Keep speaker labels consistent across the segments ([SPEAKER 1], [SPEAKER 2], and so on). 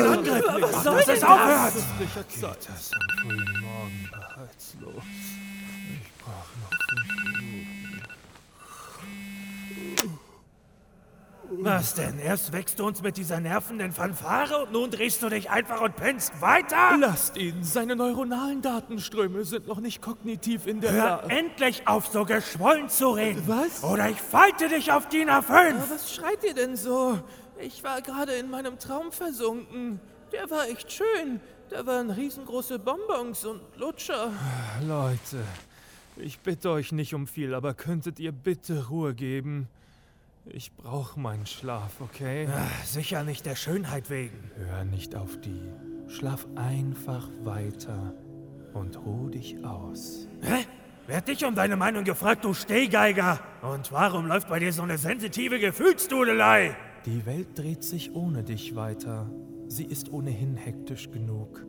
[SPEAKER 1] Was soll das denn aufhört!
[SPEAKER 2] Geht das am frühen Morgen bereits los? Ich brauche noch fünf Minuten.
[SPEAKER 1] Was denn? Erst wächst du uns mit dieser nervenden Fanfare und nun drehst du dich einfach und pennst weiter?
[SPEAKER 2] Lasst ihn! Seine neuronalen Datenströme sind noch nicht kognitiv in der
[SPEAKER 1] Hör
[SPEAKER 2] Lage.
[SPEAKER 1] endlich auf, so geschwollen zu reden.
[SPEAKER 2] Was?
[SPEAKER 1] Oder ich falte dich auf DIN A5.
[SPEAKER 2] Was schreit ihr denn so? Ich war gerade in meinem Traum versunken. Der war echt schön. Da waren riesengroße Bonbons und Lutscher. Ah, Leute, ich bitte euch nicht um viel, aber könntet ihr bitte Ruhe geben? Ich brauche meinen Schlaf, okay?
[SPEAKER 1] Sicher nicht der Schönheit wegen.
[SPEAKER 2] Hör nicht auf die. Schlaf einfach weiter und ruh dich aus.
[SPEAKER 1] Hä? Wer hat dich um deine Meinung gefragt, du Stehgeiger? Und warum läuft bei dir so eine sensitive Gefühlsdudelei?
[SPEAKER 2] Die Welt dreht sich ohne dich weiter. Sie ist ohnehin hektisch genug.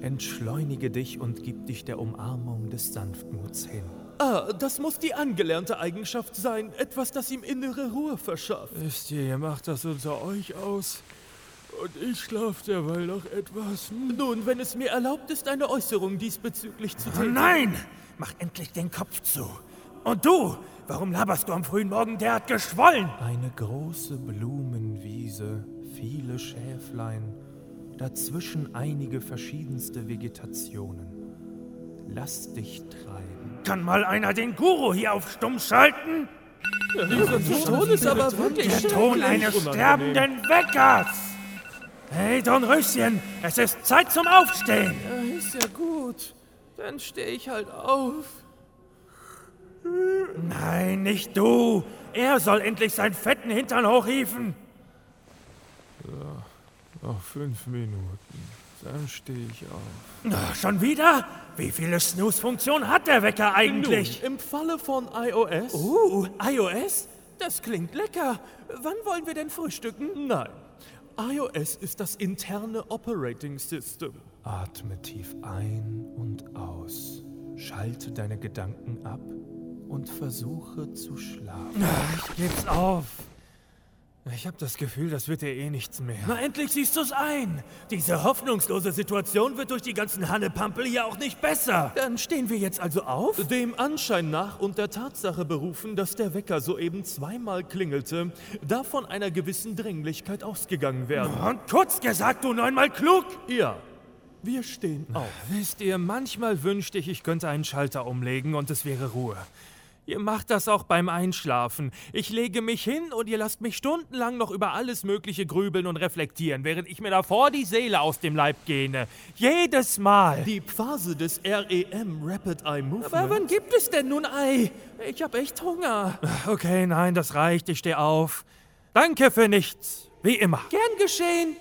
[SPEAKER 2] Entschleunige dich und gib dich der Umarmung des Sanftmuts hin. Ah, das muss die angelernte Eigenschaft sein. Etwas, das ihm innere Ruhe verschafft. Wisst ihr, ihr macht das unter euch aus. Und ich schlaf derweil noch etwas. Hm. Nun, wenn es mir erlaubt ist, eine Äußerung diesbezüglich zu
[SPEAKER 1] Oh nein! Mach endlich den Kopf zu. Und du, warum laberst du am frühen Morgen derart geschwollen?
[SPEAKER 2] Eine große Blumenwiese, viele Schäflein, dazwischen einige verschiedenste Vegetationen. Lass dich treiben.
[SPEAKER 1] Kann mal einer den Guru hier auf Stumm schalten?
[SPEAKER 2] Dieser Ton ist aber wirklich
[SPEAKER 1] Der Ton eines sterbenden Weckers! Hey, Dornröschen, es ist Zeit zum Aufstehen!
[SPEAKER 2] Ist ja gut. Dann stehe ich halt auf.
[SPEAKER 1] Nein, nicht du! Er soll endlich seinen fetten Hintern hochhieven!
[SPEAKER 2] Noch fünf Minuten. Dann stehe ich auf.
[SPEAKER 1] Na, schon wieder? Wie viele Snooze-Funktionen hat der Wecker eigentlich?
[SPEAKER 2] Im Falle von iOS.
[SPEAKER 1] Uh, iOS?
[SPEAKER 2] Das klingt lecker. Wann wollen wir denn frühstücken? Nein. iOS ist das interne Operating System. Atme tief ein und aus. Schalte deine Gedanken ab und versuche zu schlafen.
[SPEAKER 1] Ich geb's auf.
[SPEAKER 2] Ich habe das Gefühl, das wird dir eh nichts mehr.
[SPEAKER 1] Na, endlich siehst du's ein. Diese hoffnungslose Situation wird durch die ganzen Hannepampel hier auch nicht besser.
[SPEAKER 2] Dann stehen wir jetzt also auf? Dem Anschein nach und der Tatsache berufen, dass der Wecker soeben zweimal klingelte, darf von einer gewissen Dringlichkeit ausgegangen werden.
[SPEAKER 1] Und ah, kurz gesagt, du neunmal klug.
[SPEAKER 2] Ja, wir stehen auf. Wisst ihr, manchmal wünschte ich, ich könnte einen Schalter umlegen und es wäre Ruhe. Ihr macht das auch beim Einschlafen. Ich lege mich hin und ihr lasst mich stundenlang noch über alles Mögliche grübeln und reflektieren, während ich mir davor die Seele aus dem Leib gähne. Jedes Mal. Die Phase des REM, Rapid Eye Movement. Aber wann gibt es denn nun Ei? Ich hab echt Hunger. Okay, nein, das reicht. Ich stehe auf. Danke für nichts. Wie immer. Gern geschehen.